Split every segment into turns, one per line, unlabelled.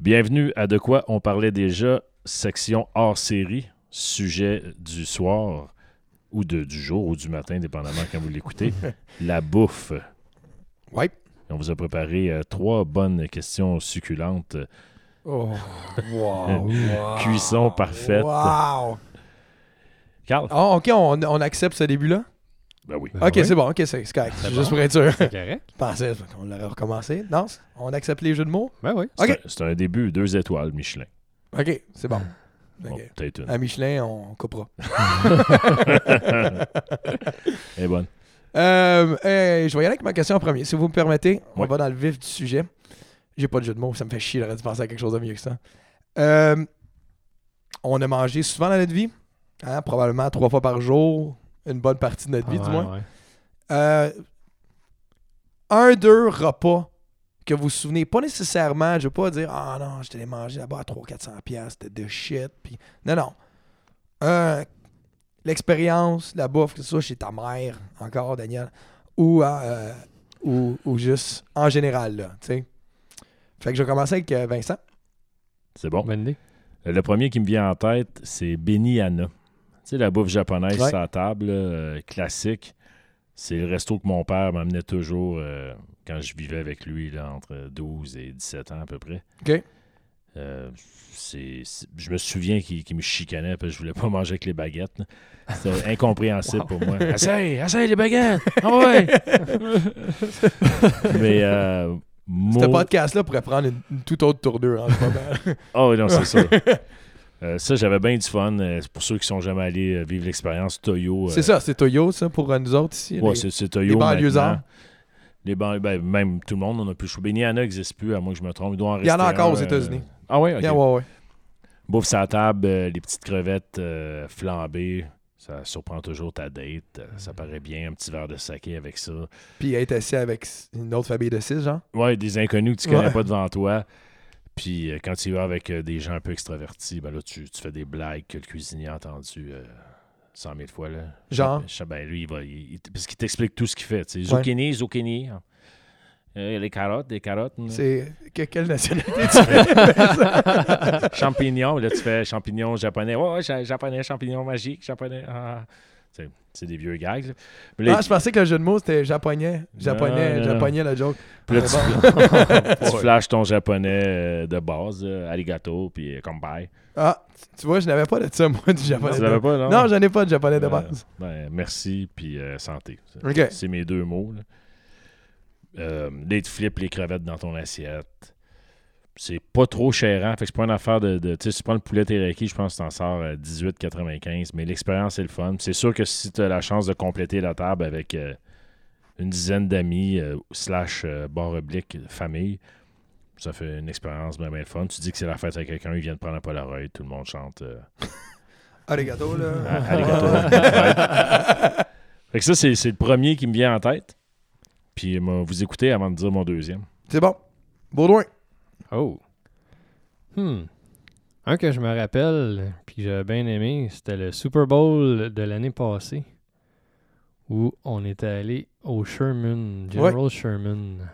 Bienvenue à De quoi on parlait déjà, section hors série, sujet du soir ou de, du jour ou du matin, dépendamment quand vous l'écoutez, la bouffe.
Ouais.
Et on vous a préparé euh, trois bonnes questions succulentes,
Oh, wow. wow.
cuisson parfaite.
Wow.
Carl?
Ah, OK, on, on accepte ce début-là?
Ben oui.
OK, c'est bon. OK, c'est c'est correct.
C'est
Juste
bon.
pour être sûr.
C'est correct?
Je pensais qu'on l'aurait recommencé. Non, c'est- on accepte les jeux de mots?
Ben oui.
C'est
OK.
un- C'est un, début, deux étoiles, Michelin.
OK, c'est bon. OK. Euh,
Bon, peut-être une.
À Michelin, on coupera.
Elle est bonne.
Euh, euh, je vais y aller avec ma question en premier. Si vous me permettez, on
Ouais.
va dans le vif du sujet. J'ai pas de jeu de mots, ça me fait chier, j'aurais dû penser à quelque chose de mieux que ça. Euh, on a mangé souvent dans notre vie, hein, probablement trois fois par jour, une bonne partie de notre
Ah
vie, du moins. Euh, un, deux repas que vous vous souvenez, pas nécessairement, je veux pas dire, ah non, je te l'ai mangé là-bas à 300-400$, piastres, c'était de shit. Puis... Non, non. Euh, L'expérience, la bouffe, que ce soit chez ta mère, encore, Daniel, ou, à, euh, ou, ou juste en général, là, tu sais. Fait que je vais commencer avec euh, Vincent.
C'est bon.
Bonne idée.
Le premier qui me vient en tête, c'est Beni Anna. Tu sais, la bouffe japonaise
Ouais.
sur la table, là, euh, classique. C'est le resto que mon père m'amenait toujours euh, quand je vivais avec lui, là, entre 12 et 17 ans à peu près.
OK.
Euh, c'est- c'est- je me souviens qu'il qu'il me chicanait parce que je voulais pas manger avec les baguettes. là. C'était incompréhensible pour moi. Essaye, essaye les baguettes! Ah ouais! Mais euh,
Ce
mo-
podcast-là pourrait prendre une, une toute autre tournure en ce moment.
Ah oui, non, c'est ça. Euh, ça, j'avais bien du fun. Euh, pour ceux qui sont jamais allés euh, vivre l'expérience Toyo. euh,
C'est ça, c'est Toyo, ça, pour euh, nous autres ici.
ouais,
les-
c'est, c'est Toyo.
les banlieusards.
maintenant. Les ban- ben, même tout le monde, on a plus. Béniana n'existe plus, à moins que je me trompe. Il doit en
Il y en a
rester
encore
un,
aux
euh,
États-Unis.
Ah oui, ok.
Bien, ouais, ouais.
Bouffe sa table, euh, les petites crevettes euh, flambées. Ça surprend toujours ta date. Euh, Ça paraît bien, un petit verre de saké avec ça.
Puis être assis avec s- une autre famille de six, genre.
Ouais, des inconnus que tu connais
Ouais.
pas devant toi. Puis euh, quand tu y vas avec euh, des gens un peu extravertis, ben là, tu, tu fais des blagues que le cuisinier a entendu cent 100 000 fois. Là.
Genre?
Je sais, ben, lui, il va. il- il- parce qu'il t'explique tout ce qu'il fait. tu sais.
Ouais.
Zucchini, zucchini. hein. Euh, les carottes, des carottes. hein.
C'est que- quelle nationalité tu fais?
champignons. Là, tu fais champignons japonais. Ouais, ouais, ja- japonais, champignons magiques, japonais. ah. C'est- C'est des vieux gags. là. Mais là,
Ah, je pensais que le jeu de mots c'était japonais.
Non,
Japonais,
non, non.
japonais la joke.
Puis là,
Ah,
tu, tu flashes ton japonais euh, de base, euh, arigato, puis euh, konbai.
Ah, tu vois, je n'avais pas de ça, moi, du japonais.
Tu
de...
l'avais pas, non?
Non, j'en ai pas de japonais de
Euh,
base.
ben, merci, puis euh, santé. C'est-
Ok.
C'est mes deux mots. Là. Euh, là, tu flippes les crevettes dans ton assiette. C'est pas trop chérant. Fait que c'est pas une affaire de. de- tu sais, si tu prends le poulet teriyaki, je pense que t'en sors à 18,95. Mais l'expérience est le fun. C'est sûr que si tu as la chance de compléter la table avec euh, une dizaine d'amis, euh, slash euh, barre oblique famille, ça fait une expérience bien, bien le fun. Tu dis que c'est la fête à quelqu'un, il vient de prendre un Polaroid, tout le monde chante. euh,
Arigato, là.
Ah, arigato. Fait que ça, c'est, c'est le premier qui me vient en tête. Puis moi, vous écoutez avant de dire mon deuxième.
c'est bon. Baudouin.
Oh. Hmm. Un que je me rappelle, puis que j'avais bien aimé, c'était le Super Bowl de l'année passée, où on était allé au Sherman, General Sherman.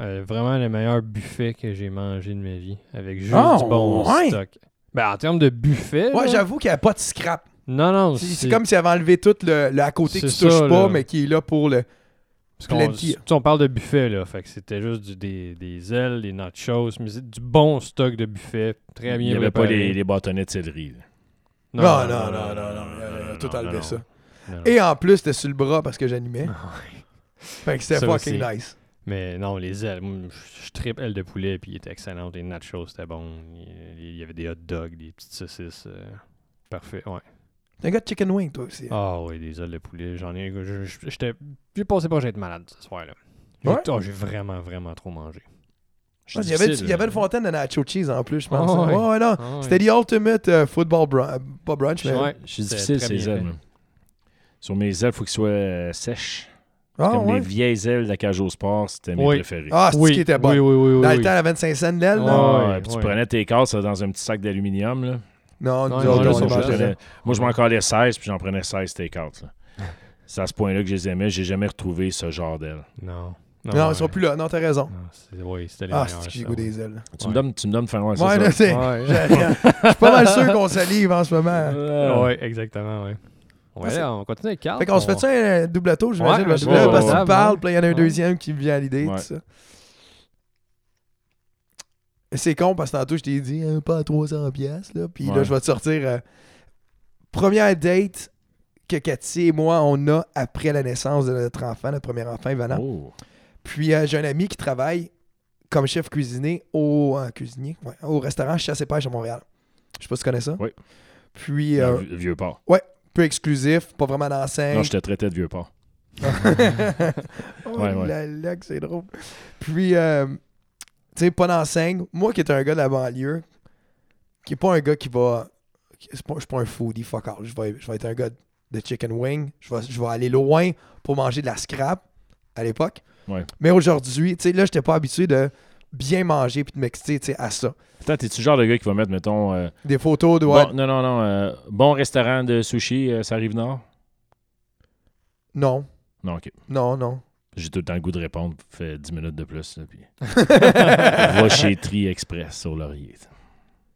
Euh, vraiment le meilleur buffet que j'ai mangé de ma vie, avec juste
Ah,
du bon
ouais.
stock. Ben, en termes de buffet,
Ouais,
là,
j'avoue qu'il n'y a pas de scrap.
non,
Oh,
non,
C'est c'est comme s'il avait enlevé tout le, le à côté que tu
C'est
touches
ça,
pas,
là.
mais qui est là pour le.
Parce
Plein
qu'on
de qui-
tu sais, on parle de buffet, là. Fait que c'était juste du- des, des ailes, des nachos, mais c'est du bon stock de buffet. Très bien
Il n'y avait pas
préparé.
les, les bâtonnets de céleri. là.
Non, non, non, non, non, il a- il a tout
non,
enlevé
non.
ça.
Non, non.
Et en plus, c'était sur le bras parce que j'animais.
Ah.
Fait que c'était
Ça
fucking
aussi.
nice.
euh, Mais non, les ailes, moi, je, je tripe ailes de poulet, puis il était excellent. Les nachos, c'était bon. Il, il y avait des hot dogs, des petites saucisses. euh, parfait, ouais.
T'es un gars de chicken wing, toi aussi. hein.
Ah oui, des ailes de poulet. J'en ai. je- je- J'étais. J'ai pensé pas que j'allais être malade ce soir-là. J'ai-
Ouais?
oh, j'ai vraiment, vraiment trop mangé.
Je suis
Ouais, il, y avait,
difficile,
il y avait
là.
le fontaine de nacho cheese en plus, je pense.
Ah ouais.
ouais, ouais, non.
Ah oui.
C'était the ultimate euh, football brunch. Pas brunch, mais.
Ouais,
Je suis
c'était
difficile,
très
ces
bien
ailes.
fait.
là. Sur mes ailes, il faut qu'ils soient euh, sèches.
Ah,
Comme
ouais.
les vieilles ailes de Cajot Sport, c'était mes
Oui.
préférées.
Ah, c'est ce
oui,
qui était bon.
Oui, oui, oui. oui,
Dans le
oui.
temps, à 25 cents de l'aile,
Ouais.
là.
Ah, puis tu
ouais.
prenais tes casses là, dans un petit sac d'aluminium. là.
Non, nous
Ouais,
autres,
ouais,
on
ça,
les
ça,
mangeait,
ça.
là.
Moi, je m'en calais 16, puis j'en prenais 16 take-out. là. C'est à ce point-là que je les aimais. J'ai jamais retrouvé ce genre d'ailes.
Non.
Non, ils sont plus là. Non, t'as raison.
Non, c'est- ouais, c'était les
Ah,
meilleurs,
c'est que j'ai
ça,
le goût
ouais.
des ailes.
Tu,
Ouais.
me donnes, tu me donnes faim, ouais, c'est
Ouais,
ça.
là, c'est.
Ouais,
Je suis pas mal sûr qu'on salive en ce moment.
Euh,
Ouais, exactement, ouais. Ouais,
Ah, c'est-
on continue avec Carl.
Fait qu'on se fait ça un double tour, j'imagine,
Ouais,
parce que
ouais, ben,
là,
ouais,
parce que
ouais.
tu parles, puis là, il y en a un
Ouais.
deuxième qui me vient à l'idée,
Ouais.
tout ça. Et C'est con, parce que tantôt, je t'ai dit, un pas à 300 pièces là, puis là,
Ouais.
je vais te sortir... euh, première date que Cathy et moi, on a après la naissance de notre enfant, notre premier enfant, Ivan.
Oh.
Puis euh, j'ai un ami qui travaille comme chef cuisinier au, euh, cuisinier, ouais, au restaurant Chasse et Pêche à Montréal. Je sais pas si tu connais ça.
Oui.
Puis, euh,
Le Vieux port.
peu exclusif, pas vraiment d'enseigne.
Non, je te traitais de vieux port.
oh
Ouais, ouais.
là là, que c'est drôle. Puis, euh, tu sais, pas d'enseigne. Moi qui est un gars de la banlieue, qui est pas un gars qui va. qui- c'est pas- Je suis pas un foodie, fuck all. Je vais, je vais être un gars de chicken wing. Je vais, je vais aller loin pour manger de la scrap à l'époque.
Ouais.
Mais aujourd'hui, tu sais, là, j'étais pas habitué de bien manger puis de m'exciter tu sais, à ça.
Attends, t'es-tu le genre de gars qui va mettre, mettons, euh,
Des photos de. ouais,
bon, non, non, non, euh, bon restaurant de sushi, euh, ça arrive nord?
Non,
Non, ok.
non, non.
J'ai tout le temps le goût de répondre, fait 10 minutes de plus, là, puis... Va chez Tri Express au Laurier.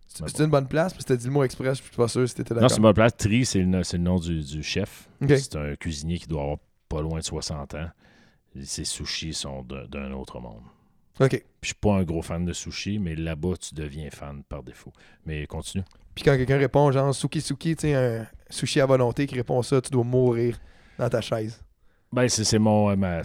C'est c'est une bonne place, parce que t'as dit le mot express, je suis pas sûr si t'étais
Non,
d'accord.
c'est ma place. Tri, c'est le, no- c'est le nom du, du chef.
Ok.
C'est un cuisinier qui doit avoir pas loin de 60 ans. Ses sushis sont d'un- d'un autre monde.
OK.
Puis Je suis pas un gros fan de sushi, mais là-bas, tu deviens fan par défaut. Mais continue.
Puis quand quelqu'un répond genre Suki Suki, tu sais, un sushi à volonté qui répond ça, tu dois mourir dans ta chaise.
Ben, c'est c'est mon euh, ma,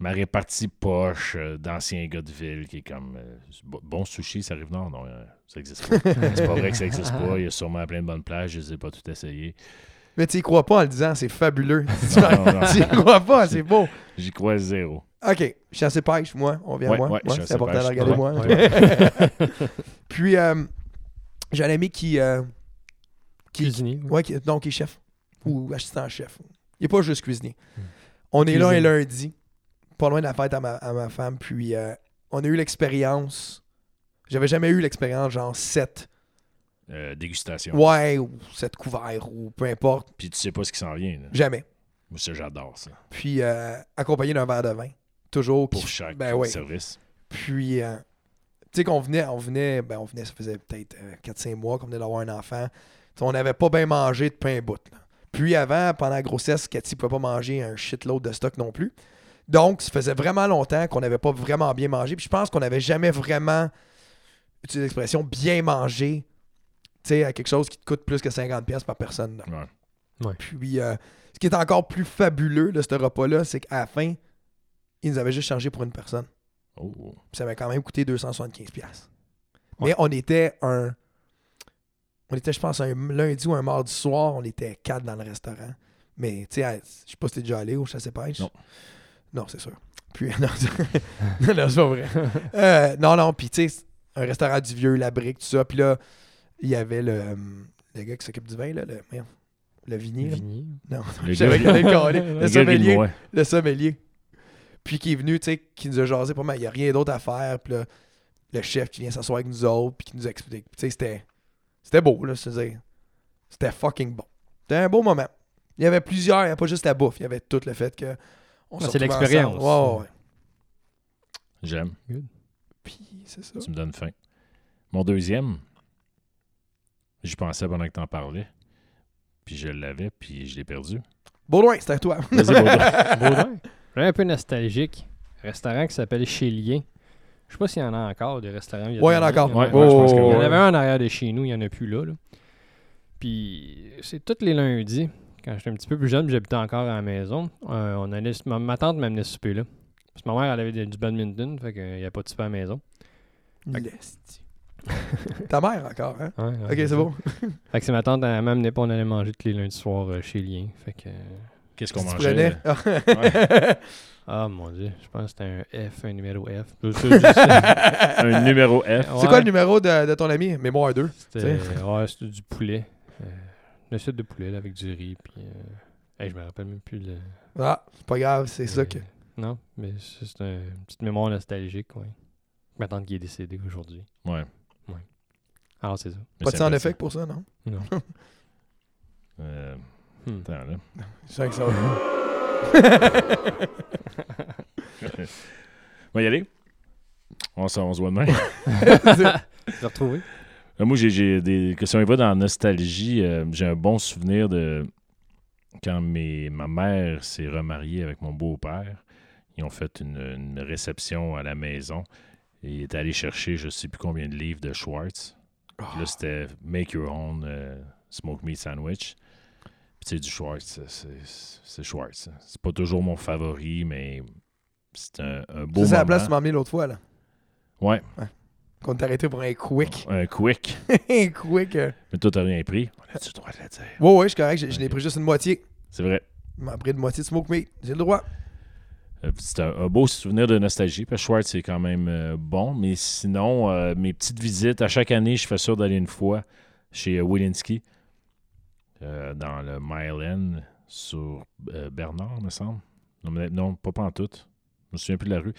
ma répartie poche euh, d'ancien gars de ville qui est comme euh, bo- bon sushi, ça arrive non, non, euh, ça existe pas. c'est pas vrai que ça existe pas. Il y a sûrement plein de bonnes plages, je les ai pas tout essayé.
Mais tu y crois pas en le disant, c'est fabuleux.
Non, non, non.
tu y crois pas, c'est beau.
J'y crois zéro.
OK, chasse et pêche, moi, on vient à
Ouais,
moi.
ouais,
Moi,
chasse
c'est
et
important
pêche.
de regarder
Ouais,
moi. Puis, euh, j'ai un ami qui. euh, qui,
Cuisinier. ouais.
Ouais, qui, non, qui est chef. Ou assistant-chef. Il n'est pas juste cuisinier.
Hmm.
On est
Cuisine.
là un lundi, pas loin de la fête à ma, à ma femme, puis euh, on a eu l'expérience. J'avais jamais eu l'expérience, genre 7.
Euh, dégustation.
Ouais, ou 7 couverts, ou peu importe.
Puis tu sais pas ce qui s'en vient. là.
Jamais.
Moi, ça, j'adore ça.
Puis euh, accompagné d'un verre de vin. Toujours. qui-
Pour chaque
ben ouais.
service.
Puis, euh, tu sais qu'on venait, on venait, ben on venait, ça faisait peut-être euh, 4-5 mois qu'on venait d'avoir un enfant. Tu sais, on n'avait pas bien mangé de pain bout. là. Puis avant, pendant la grossesse, Cathy ne pouvait pas manger un shitload de stock non plus. Donc, ça faisait vraiment longtemps qu'on n'avait pas vraiment bien mangé. Puis je pense qu'on n'avait jamais vraiment, utilisé l'expression, bien mangé, tu sais, à quelque chose qui te coûte plus que 50$ piastres par personne. là.
Ouais.
Puis, euh, ce qui est encore plus fabuleux de ce repas-là, c'est qu'à la fin, ils nous avaient juste changé pour une personne.
Oh.
Puis ça m'a quand même coûté 275$. piastres.
Ouais.
Mais on était un. On était, je pense, un lundi ou un mardi soir, on était quatre dans le restaurant. Mais, tu sais, à- je sais pas si t'es déjà allé au chasse et pêche.
Non.
Non, c'est sûr. Puis, non, c'est- non, non, c'est pas vrai. Euh, non, non, puis, tu sais, un restaurant du vieux, la brique, tout ça. Puis là, il y avait le, euh, le gars qui s'occupe du vin, là, le, merde, le vignier. là.
Vignier.
Non,
Le
j'avais
gars-
le calé.
le
Les gars rient
Le
de
sommelier
moi.
le sommelier. Puis qui est venu, tu sais, qui nous a jasé pas mal. Il n'y a rien d'autre à faire. Puis là, le chef qui vient s'asseoir avec nous autres, puis qui nous explique. Tu sais, c'était, c'était beau, là, je te dis. C'était fucking bon. C'était un beau moment. Il y avait plusieurs, il n'y a pas juste la bouffe. Il y avait tout le fait que. On
Ah,
se
c'est
retrouvait
l'expérience.
ensemble. Ouais, ouais, ouais.
J'aime.
Puis c'est ça.
Tu me donnes faim. Mon deuxième, j'y pensais pendant que t'en parlais. Puis je l'avais, puis je l'ai perdu.
Baudouin, c'était à toi.
Vas-y, Baudouin.
Baudouin. J'étais un peu nostalgique. Restaurant qui s'appelle Chez Lien. Je sais pas s'il y en a encore des restaurants.
Ouais, il y en a encore.
Ouais,
vietnamiens.
ouais, je pense que
Il y
ouais.
en avait un en arrière de chez nous, il y en a plus là. là. Puis c'est tous les lundis, quand j'étais un petit peu plus jeune, puis j'habitais encore à la maison, euh, on allait, ma, ma tante m'amenait souper là. Parce que ma mère, elle avait des- du badminton, fait qu'il n'y a pas de souper à la maison.
L'esti. Ta mère encore, hein?
Ouais, ouais,
Ok, c'est
ça.
bon.
Fait que c'est ma tante, elle m'amenait pas, on allait manger tous les lundis soirs euh, chez Lien. Fait que... euh,
Qu'est-ce qu'on
Tu
mangeait?
prenais.
là?
Ah mon dieu, je pense que c'était un F, un numéro F. Je- je- je-
Un numéro F.
C'est quoi le numéro de, de ton ami? Mémoire 2.
C'était
Tu
ouais, c'était du poulet. Euh, une assiette de poulet là, avec du riz. Puis, euh, hey, je me rappelle même plus le.
Ah, c'est pas grave, c'est ça
le-
que.
Non, mais c'est c'est un- une petite mémoire nostalgique. Ouais. Ma tante qui est décédée aujourd'hui.
Ouais.
Alors, c'est ça.
Mais
Pas
c'est
de sound
impressionnant.
effect pour ça, non?
Non.
Euh,
Hmm.
attends, là.
C'est vrai que ça va.
On va y aller. On se, on se voit demain.
Tu l'as retrouvé?
Euh, Moi, j'ai- j'ai des. que Si on y va dans la nostalgie, euh, j'ai un bon souvenir de quand mes, ma mère s'est remariée avec mon beau-père. Ils ont fait une, une réception à la maison. Et il est allé chercher je sais plus combien de livres de Schwartz.
Ah.
Puis là, c'était Make Your Own euh, Smoke Meat Sandwich. Puis c'est du Schwartz. c'est- C'est c'est Schwartz. hein. C'est pas toujours mon favori, mais c'est un, un beau
C'est ça, à la
moment.
place, tu m'as emmené l'autre fois, là.
Ouais,
Qu'on t'a arrêté pour un quick.
un quick.
un quick. euh.
Mais toi, t'as rien pris. On a-tu le droit de le dire?
Ouais, ouais, je suis correct. Je, je l'ai
Ok.
pris juste une moitié.
C'est vrai.
Il m'a pris de moitié de smoke meat. J'ai le droit.
Euh, C'est un, un beau souvenir de nostalgie. Parce que Schwartz, c'est quand même euh, bon. Mais sinon, euh, mes petites visites, à chaque année, je fais sûr d'aller une fois chez euh, Wilinski, euh, dans le Mile End, sur euh, Bernard, me semble. Non, mais- non, pas pantoute. Je me souviens plus de la rue.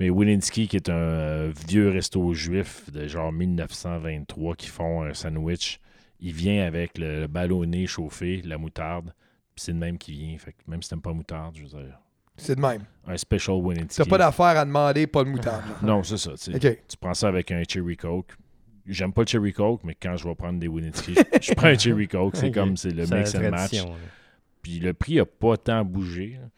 Mais Wilinski, qui est un euh, vieux resto juif de genre 1923, qui font un sandwich. Il vient avec le, ballonné chauffé, la moutarde. puis C'est le même qui vient. Fait que même si t'aimes pas la moutarde, je veux dire
C'est de même.
un special winning
T'as pas d'affaire à demander, pas de moutarde. genre.
Non, c'est ça. tu sais.
Ok.
Tu prends ça avec un Cherry Coke. J'aime pas le Cherry Coke, mais quand je vais prendre des Winnetski, je, je prends un Cherry Coke. C'est
Ok.
comme c'est le
C'est la
mix and match.
tradition, là.
Puis le prix a pas tant bougé. là.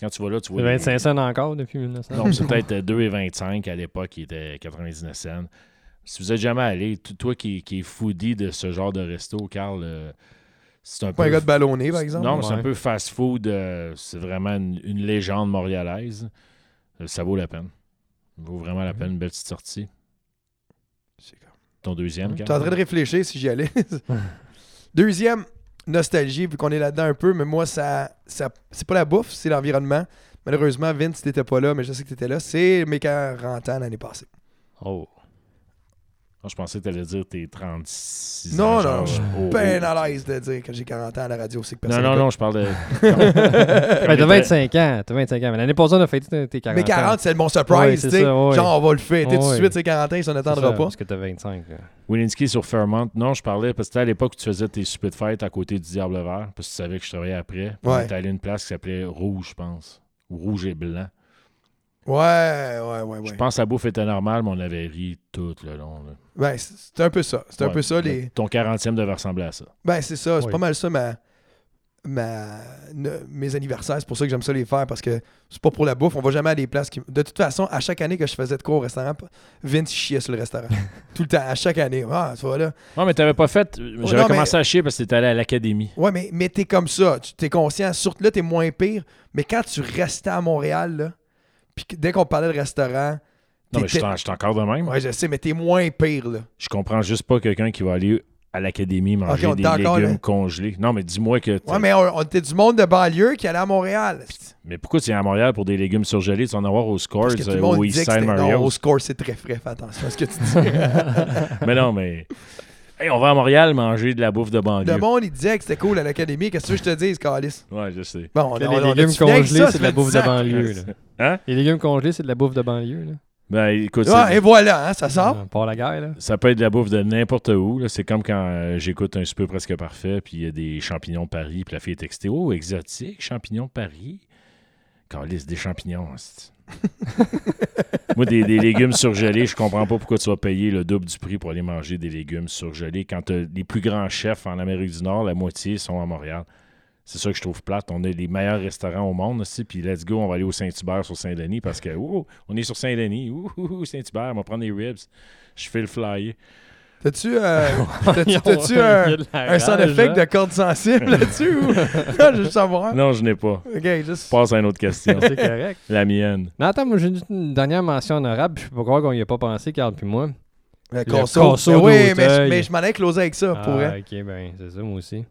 Quand tu vas là, tu vois.
C'est
les-
25 cents encore depuis 1900.
Non, c'est peut-être euh, 2,25 à l'époque, il était 99 cents. Si vous êtes jamais allé, t- toi qui, qui es foodie de ce genre de resto, Carl, euh, c'est un
Pas un
peu
gars de ballonné, par exemple.
non, c'est un
Ouais.
peu fast-food. euh, c'est vraiment une, une légende montréalaise. Euh, ça vaut la peine. Ça vaut vraiment la
Mhm.
peine. Une belle petite sortie. Ton deuxième,
Mhm.
Carl?
T'es en train de réfléchir si j'y allais. Deuxième, nostalgie, vu qu'on est là-dedans un peu, mais moi, ça, ça c'est pas la bouffe, c'est l'environnement. Malheureusement, Vince, t'étais pas là, mais je sais que t'étais là. C'est mes 40 ans l'année passée.
Oh.
Ah, je pensais que t'allais dire tes 36
Non,
ans.
non,
genre,
je suis
au- au-
Ben à l'aise de dire que j'ai 40 ans à la radio, c'est que
Non,
personne.
non, non, je parle de... Comme
Ouais, Ben, t'as
étant-
25 ans. T'as 25 ans. Mais l'année passée, on a fêté tes- tes 40
Mais
ans.
40, c'est mon
Ouais,
surprise,
c'est
tu sais.
ça, ouais.
Genre, on va le fêter tout de
Ouais.
suite, c'est 40 ans, ça
C'est
n'attendra
ça,
pas.
Parce que t'as 25. là.
Wilinski sur Fairmont. Non, je parlais parce que c'était à l'époque où tu faisais tes soupers de fête à côté du Diable Vert. Parce que tu savais que je travaillais après. Puis
Ouais.
On est allé à une place qui s'appelait Rouge, je pense. Ou Rouge et Blanc.
Ouais, ouais, ouais, ouais.
Je pense que la bouffe était normale, mais on avait ri tout le long. là.
Ben, c'est c'est un peu ça. C'est un
Ouais,
peu ça,
mais
les.
Ton 40e devait ressembler à ça.
Ben, c'est ça. C'est
Oui.
pas mal ça, ma, ma, ne- mes anniversaires. C'est pour ça que j'aime ça les faire, parce que c'est pas pour la bouffe. On va jamais à des places qui... De toute façon, à chaque année que je faisais de quoi au restaurant, Vince chiait sur le restaurant. Tout le temps, à chaque année. Ah, tu vois là.
Non, mais t'avais pas fait. euh, J'avais
non,
commencé à chier parce que t'étais allé à l'académie.
Ouais, mais, mais t'es comme ça. Tu t'es conscient. Surtout là, t'es moins pire. Mais quand tu restais à Montréal, là, puis que- dès qu'on parlait de restaurant...
Non, mais je
t'étais-
suis en- je suis encore de même.
Ouais, je sais, mais t'es moins pire, là.
Je comprends juste pas quelqu'un qui va aller à l'académie manger
Ok, on
des
est encore
légumes
là.
congelés. Non, mais dis-moi que. t'as-
Ouais, mais on, on était du monde de banlieue qui allait à Montréal.
Mais pourquoi tu es à Montréal pour des légumes surgelés Tu vas en avoir au Scores,
Parce que tout
euh,
le
au
monde disait que
Eastside
c'était... Non,
Mario.
au score, c'est très frais. Fais attention à ce que tu dis.
mais non, mais. Hey, on va à Montréal manger de la bouffe de banlieue.
Le monde, il disait que c'était cool à l'académie. Qu'est-ce que tu veux que je te dise, Calis?
Ouais, je sais.
Bon, on
Là,
on- on
les
a-tu
légumes
fini avec
congelés,
ça,
c'est de
tu
la
me
bouffe
dis
de
ça?
banlieue. là.
Hein
Les légumes congelés, c'est de la bouffe de banlieue. Là.
Ben écoute, c'est-
Ah, et voilà, hein, ça sort.
On part la guerre. Là.
ça peut être de la bouffe de n'importe où. là. C'est comme quand euh, j'écoute un souper presque parfait, puis il y a des champignons de Paris, puis la fille est textée. Oh, exotique, champignons de Paris. Calice, des champignons. c'est- Moi, des, des légumes surgelés, je comprends pas pourquoi tu vas payer le double du prix pour aller manger des légumes surgelés quand t'as les plus grands chefs en Amérique du Nord, la moitié sont à Montréal. C'est ça que je trouve plate. On a les meilleurs restaurants au monde aussi. Puis let's go, on va aller au Saint-Hubert sur Saint-Denis parce que, oh, on est sur Saint-Denis. Ouh, ouh, ouh, Saint-Hubert, on va prendre des ribs. Je fais le flyer.
T'as-tu euh, t'as-tu- t'as-tu un, un sound effect
hein.
de corde sensible là-dessus? ou- Non, je veux savoir.
Non, je n'ai pas.
Ok, juste.
Passe à une autre question.
C'est correct.
la mienne.
Non, attends, moi j'ai juste une dernière mention honorable, puis je peux pas croire qu'on y a pas pensé, Carl puis moi.
Le
corso
Ben oui,
d'Auteuil.
mais, je- mais je m'en allais closer avec ça, pour
ah,
vrai.
ok, ben c'est ça, moi aussi.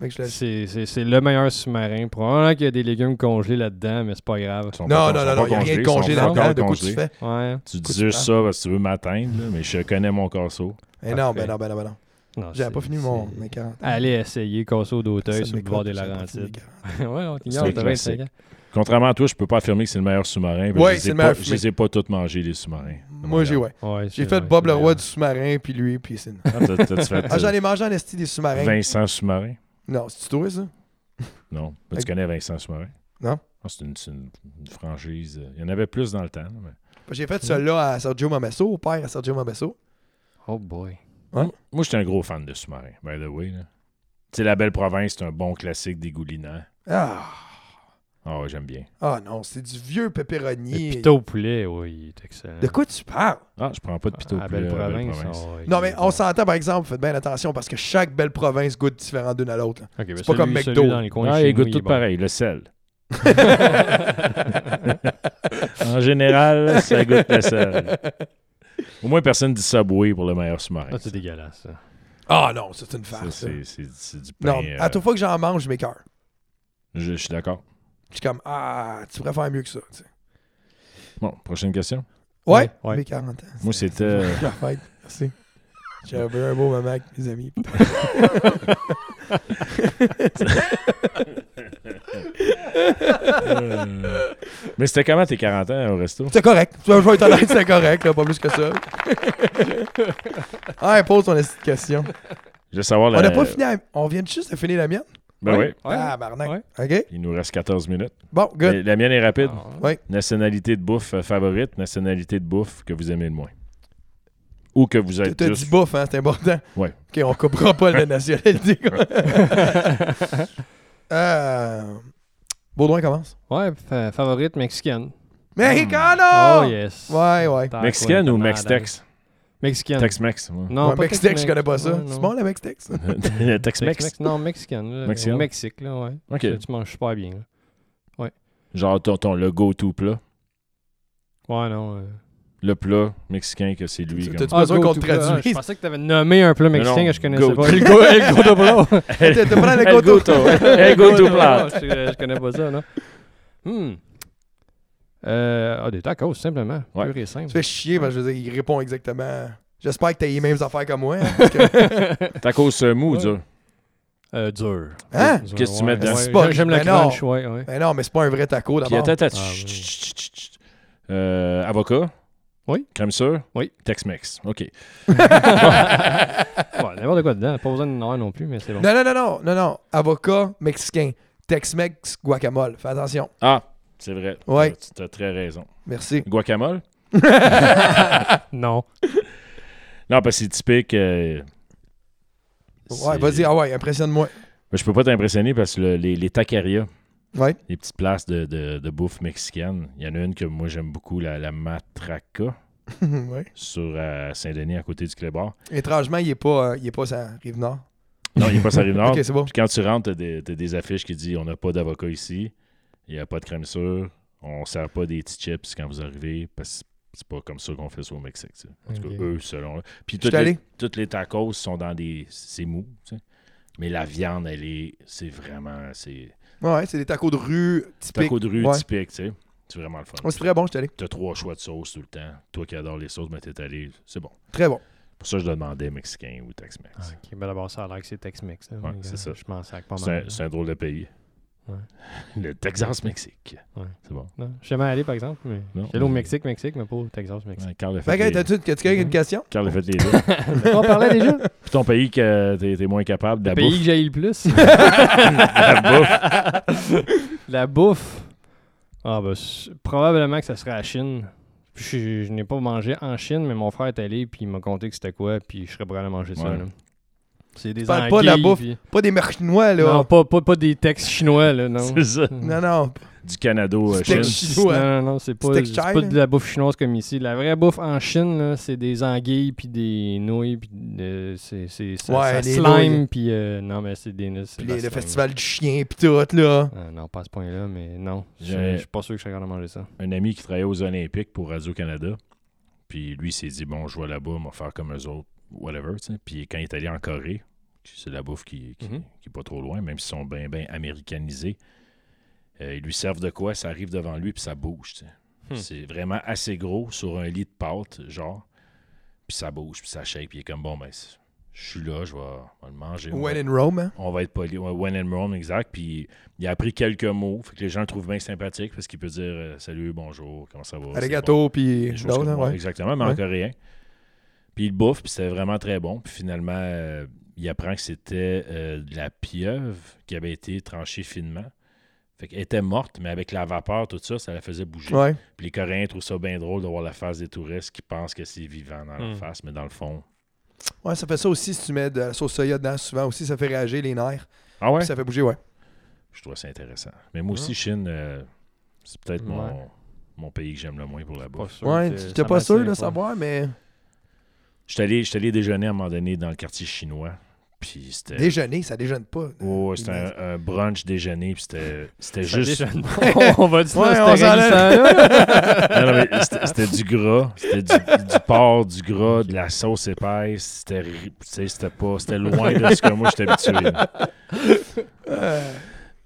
Fait que je le-
C'est c'est- c'est le meilleur sous-marin. Probablement qu'il y a des légumes congelés là-dedans, mais c'est pas grave.
Ils sont
Non,
pas-
non,
sont
non,
pas
non, il n'y a rien
congelés,
de
ils sont
congelé
pas
là-dedans.
encore
De quoi tu
congelés.
fais?
Ouais.
Tu dis juste ça parce que tu veux m'atteindre, là, mais je connais mon corso.
Eh non, ben
Parfait.
non, ben non, ben non.
Non,
J'avais
c'est-
pas fini mon
c'est-
mes 40.
Allez essayer Cosso
Ça
d'Auteuil sur le
m'éclate,
bord des
j'avais pas fini mes
Laurentides.
40.
ouais, on t'ignore,
C'est un
t'as 25 ans.
classique. Contrairement à toi, je peux pas affirmer que c'est le meilleur sous-marin. parce que
Ouais,
je les
c'est
ai
le meilleur
pas- Je les ai pas tous mangés, les sous-marins.
Moi, j'ai, ouais.
Ouais,
J'ai
c'est
fait
vrai,
Bob
c'est
le roi
vrai.
du sous-marin, puis lui, puis c'est.
Ah, t'as- t'as-tu fait,
Ah, j'en
euh,
ai mangé en esti des sous-marins.
Vincent sous-marin?
Non, c'est-tu toi, ça?
Non. Mais
Fait-
Tu connais Vincent sous-marin?
Non.
Ah, C'est une, c'est une- une franchise. euh, Il y en avait plus dans le temps. là, mais-
J'ai fait cela à Sergio Mamesso, au père à Sergio Mamesso.
Oh boy.
Moi, j'étais un gros fan de Sous-marin, by the way. là. Tu sais, La Belle Province, c'est un bon classique dégoulinant.
Ah,
Ah ouais, j'aime bien.
ah non, c'est du vieux
Le
pepperoni.
pita au poulet, oui, il est excellent.
De quoi tu parles?
Ah, je prends pas de pito euh,
À Belle Province. oh, il
Non,
est
mais
bon.
on s'entend, par exemple, faites bien attention parce que chaque belle province goûte différent d'une à l'autre. là.
Ok,
C'est
ben
pas
celui-
comme
celui
McDo.
dans les coins
Ah,
chez
il
nous,
goûte
est
tout
bon.
pareil, le sel. en général, ça goûte le sel. Au moins, personne ne dit Subway pour le meilleur sous-marin.
Ah, c'est hein. dégueulasse. ça.
Ah non, ça, c'est une
Ça,
farce. ça.
c'est- c'est c'est du pain.
Non, à
euh,
toute fois que j'en mange, je m'écœure.
je, je suis d'accord.
Je suis comme, ah, tu pourrais faire mieux que ça. tu sais.
Bon, prochaine question.
Ouais,
Ouais, ouais.
mes 40 ans.
Moi, c'était. euh,
La fête. Merci. J'avais un beau moment avec mes amis.
euh, Mais c'était comment tes 40 ans au resto?
C'est correct. Je vais être honnête, c'est correct, là, pas plus que ça. ouais, pose ton esti de question.
Je veux savoir
On
la.
n'a pas fini. la- On vient de juste de finir la mienne.
Ben oui.
Ouais.
Ah, barnac.
Ouais.
OK.
Il nous reste 14 minutes.
Bon, good.
Mais La mienne est rapide.
Ah,
Ouais.
Nationalité de bouffe euh, favorite, nationalité de bouffe que vous aimez le moins. Ou que vous êtes
T'as
juste.
dit bouffe, hein, c'est important.
Ouais.
OK, on comprend pas la nationalité. euh... Baudouin commence.
Ouais, fa- favorite mexicaine.
Mexicano!
Oh yes.
Ah! Ouais, ouais.
Tac,
Mexicaine
ouais,
ou
malade.
Mex-Tex?
Mexicaine.
Tex-Mex. ouais.
Non,
ouais
pas
Mex-Tex, je connais pas ça.
Ouais, non.
c'est bon, le Mex-Tex?
Le Tex-Mex.
Tex-Mex. Non, mexicaine. là.
Mexicaine.
Au Mexique, là, ouais.
Ok.
Ça, Tu manges super bien. là.
Genre ton, ton- le go-to plat.
Ouais, non. euh.
Le plat mexicain que c'est lui.
T'as-
comme-
Pas besoin
Ah, go
qu'on
to
te
plat.
traduise.
Je pensais que t'avais nommé un plat
Non,
mexicain
non,
que je connaissais
go.
pas. Le go, el go de plat.
T'as t'as pas le
El
go-to.
go-to. El go-to plat.
Je, euh, je connais pas ça, non. Hmm. Euh, ah, des tacos, simplement.
Ouais.
Pur et
Tu
simple.
fais chier, parce que je veux dire, il répond exactement. J'espère que t'as les mêmes affaires que moi. hein, parce que-
Tacos euh, mou ou dur?
Euh, dur.
Hein?
Dur,
Qu'est-ce que tu
ouais,
mets dedans?
ouais.
C'est pas-
J'aime- J'aime le
Ben non.
crunch, ouais, ouais.
Mais non, mais c'est pas un vrai taco
Puis
d'abord.
attends, attends.
Ah,
chut,
oui.
chut, chut, chut, chut. Euh, avocat?
Oui.
Crème sûre?
Oui.
Tex-Mex. OK.
Ouais, n'importe quoi dedans. Pas besoin de noir non plus, mais c'est bon.
Non, non, non, non, non, non. Avocat mexicain. Tex-Mex guacamole. Fais attention.
Ah, c'est vrai.
Ouais.
Tu as très raison.
Merci.
Guacamole?
Non.
Non, parce que c'est typique. euh,
Ouais,
c'est-
vas-y, ah ouais, impressionne-moi.
Mais je peux pas t'impressionner parce que le- les, les taquerias,
Ouais.
les petites places de, de- de bouffe mexicaine, il y en a une que moi j'aime beaucoup, la, la matraca,
ouais.
sur euh, Saint-Denis, à côté du Clébar.
Étrangement, il est pas, euh, il est pas sur Rive-Nord.
Non, il n'y a pas ça rive nord.
Ok, c'est bon.
Puis quand tu rentres, t'as des, t'as des affiches qui disent on n'a pas d'avocat ici, il n'y a pas de crème sûre, on sert pas des petits chips quand vous arrivez, parce que c'est pas comme ça qu'on fait ça au Mexique. tu sais. En tout cas, euh,
Ok.
eux, selon. Puis
Je
toutes
suis
les,
allé.
toutes les tacos sont dans des. C'est mou, tu sais. Mais la viande, elle est. C'est vraiment. C'est
Ouais, c'est des tacos de rue typiques.
tacos de rue
ouais.
typique, tu sais. C'est vraiment le fun.
Ouais, c'est très bon, je suis allé.
T'as trois choix de sauce tout le temps. Toi qui adore les sauces, mais t'es allé. C'est bon.
Très bon.
Pour ça, je demandais mexicain ou Tex-Mex.
Ah, ok, ben d'abord, ça a l'air que c'est Tex-Mex. hein,
Ouais,
les gars.
c'est ça.
Je m'en sacre pas
c'est,
mal.
un, c'est un drôle de pays.
Ouais.
Le Texas-Mexique.
Ouais.
C'est bon.
Non, je suis jamais allé, par exemple, mais
Non.
j'étais allé au Mexique, Mexique, mais pas au Texas, Mexique. Ben,
Ouais, Carl a fait
Fait que,
les-
t'as-tu t'as-tu quelqu'un qui a une question?
Carl a fait les deux.
on parlait déjà.
Puis ton pays que t'es, t'es moins capable, de la
Le pays
bouffe.
que j'ai le plus.
La
La bouffe. Ah, ben, c- probablement que ça serait la Chine. Je, je n'ai pas mangé en Chine, mais mon frère est allé, puis il m'a conté que c'était quoi, puis je serais prêt à aller manger ça.
Ouais.
là. C'est des
parles pas de la
anguilles,
bouffe,
puis-
Pas des marques chinois, là.
Non, pas, pas, pas des textes chinois, là, non. Mm.
C'est ça.
non. non.
Du Canada à
Steak
Chine.
chi- chinois.
Non, non, non, c'est pas,
Steak
c'est
chai,
pas
là.
de la bouffe chinoise comme ici. La vraie bouffe en Chine, là, c'est des anguilles, puis des nouilles, puis euh, c'est, c'est, ça,
Ouais,
ça
les nouilles.
slime, puis euh, non, mais c'est des... c'est
Puis
de la
les- le
slime.
festival du chien, pis tout, là.
Euh, non, pas à ce point-là, mais non. Je
J'ai-
je suis pas sûr que je serais capable de manger ça.
Un ami qui travaillait aux Olympiques pour Radio-Canada. Puis lui, il s'est dit, bon, je vais là-bas, on va faire comme eux autres, whatever. tu sais. Puis quand il est allé en Corée, c'est la bouffe qui, qui,
Mhm.
qui est pas trop loin, même s'ils sont bien, bien américanisés. Euh, ils lui servent de quoi, ça arrive devant lui, puis ça bouge. tu sais.
Hmm.
C'est vraiment assez gros sur un lit de pâte, genre. Puis ça bouge, puis ça shake, puis il est comme, bon, ben, c'est- je suis là, je vais, je vais le manger. on va-
When in Rome, hein.
on va être poli. Ouais, When and Rome, exact. Puis il a appris quelques mots. Fait que les gens le trouvent bien sympathique parce qu'il peut dire euh, salut, bonjour, comment ça va. c'est
Arigato,
bon,
pis
des choses
d'autres,
comme
hein,
moi.
ouais.
Exactement, mais en
Ouais.
coréen. Puis il bouffe, puis c'était vraiment très bon. Puis finalement, euh, il apprend que c'était euh, de la pieuvre qui avait été tranchée finement. Fait qu'elle était morte, mais avec la vapeur, tout ça, ça la faisait bouger.
Ouais.
Puis les Coréens trouvent ça bien drôle de voir la face des touristes qui pensent que c'est vivant dans
Hmm.
la face, mais dans le fond.
Ouais, ça fait ça aussi si tu mets de la sauce soya dedans, souvent aussi, ça fait réagir les nerfs.
Ah ouais?
Puis Ça fait bouger, ouais.
Je trouve ça intéressant. Mais moi aussi, Chine, euh, c'est peut-être
Ouais.
mon, mon pays que j'aime le moins pour la bouffe.
sûr.
Ouais,
que
tu-
ça
t'es pas sûr de
m'attire pas.
savoir, mais
J'étais allé, j'étais allé déjeuner à un moment donné dans le quartier chinois. Puis c'était.
déjeuner, ça déjeune pas.
Ouais, ouais, c'était un, un brunch déjeuner. Puis c'était, c'était
Ça
juste.
déchaîne pas. on va dire
Ouais,
ça,
on
c'était
s'en
réglé,
allait.
ça, là.
Non, non, mais c'était, c'était du gras. C'était du, du porc, du gras, de la sauce épaisse. C'était, ri- tu sais, c'était pas. C'était loin de ce que moi j'étais habitué.
Euh,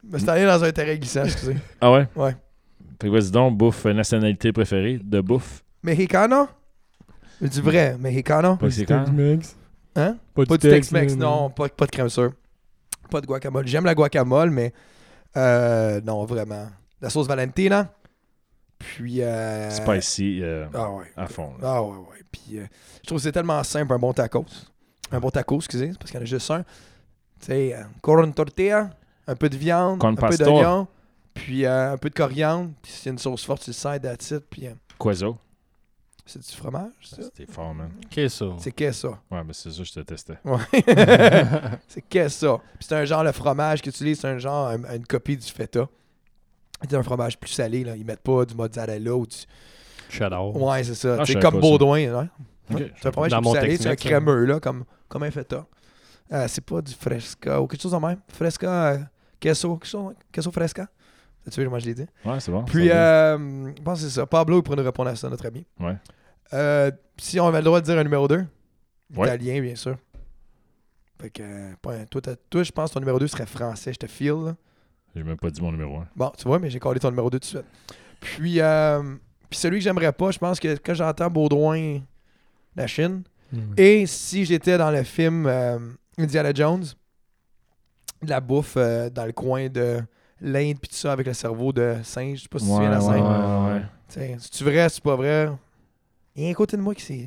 mais c'est allé dans un terrain glissant, excusez.
Ah ouais?
Ouais.
Fait que vas-y donc, bouffe, euh, nationalité préférée de bouffe.
Mexicano? Du vrai Mexicano?
Pas c'est quand?
Hein? Pas du Tex-Mex, non. Pas, pas de crème sûre. Pas de guacamole. J'aime la guacamole, mais euh, non, vraiment. La sauce Valentina. Puis... Euh...
Spicy euh,
Ah ouais.
à fond. là.
Ah ouais, ouais. Puis euh, je trouve que c'est tellement simple, un bon tacos. Un bon taco, excusez, parce qu'il y en a juste un. Tu sais, euh, corn tortilla, un peu de viande,
Corn
un peu
pastor.
d'oignon, puis euh, un peu de coriandre. Puis si c'est une sauce forte, tu le sers, that's it. Puis euh,
Quazo.
c'est du fromage, ça?
C'était fort, man.
Qu'est-ce ça?
C'est qu'est-ce ça?
Ouais, mais c'est ça, je te testais.
Ouais. c'est qu'est-ce ça? Puis c'est un genre, le fromage qu'ils utilisent, c'est un genre, un- une copie du feta. C'est un fromage plus salé, là. Ils mettent pas du mozzarella ou du...
Cheddar.
Ouais, c'est ça.
Ah, je
Tu sais,
savais
comme
pas ça.
Baudouin, hein. ouais.
Ok.
Ouais, C'est un fromage
Dans
plus
mon
salé, c'est un
Tex-Mex, ça.
crémeux, là, comme, comme un feta. Euh, c'est pas du fresca ou quelque chose de même. Fresca, euh, queso, quelque chose, queso fresca. Tu vois, moi je l'ai dit.
Ouais, c'est bon.
Puis,
ça va
euh, je pense que c'est ça. Pablo, il pourrait nous répondre à ça, notre ami.
bien. Ouais.
Euh, si on avait le droit de dire un numéro 2,
Ouais.
italien, bien sûr. Fait que, euh, pas un- toi, t'as- toi, je pense que ton numéro 2 serait français, je te feel. là.
J'ai même pas dit mon numéro 1.
Bon, tu vois, mais j'ai collé ton numéro 2 tout de suite. Puis, euh, puis celui que j'aimerais pas, je pense que quand j'entends Baudouin, la Chine, et si j'étais dans le film euh, Indiana Jones, de la bouffe euh, dans le coin de l'Inde, puis tout ça, avec le cerveau de singe, je sais pas si tu te souviens de la
ouais,
scène.
ouais, ouais.
T'sais, C'est-tu vrai, c'est pas vrai? Il y a un côté de moi qui s'est...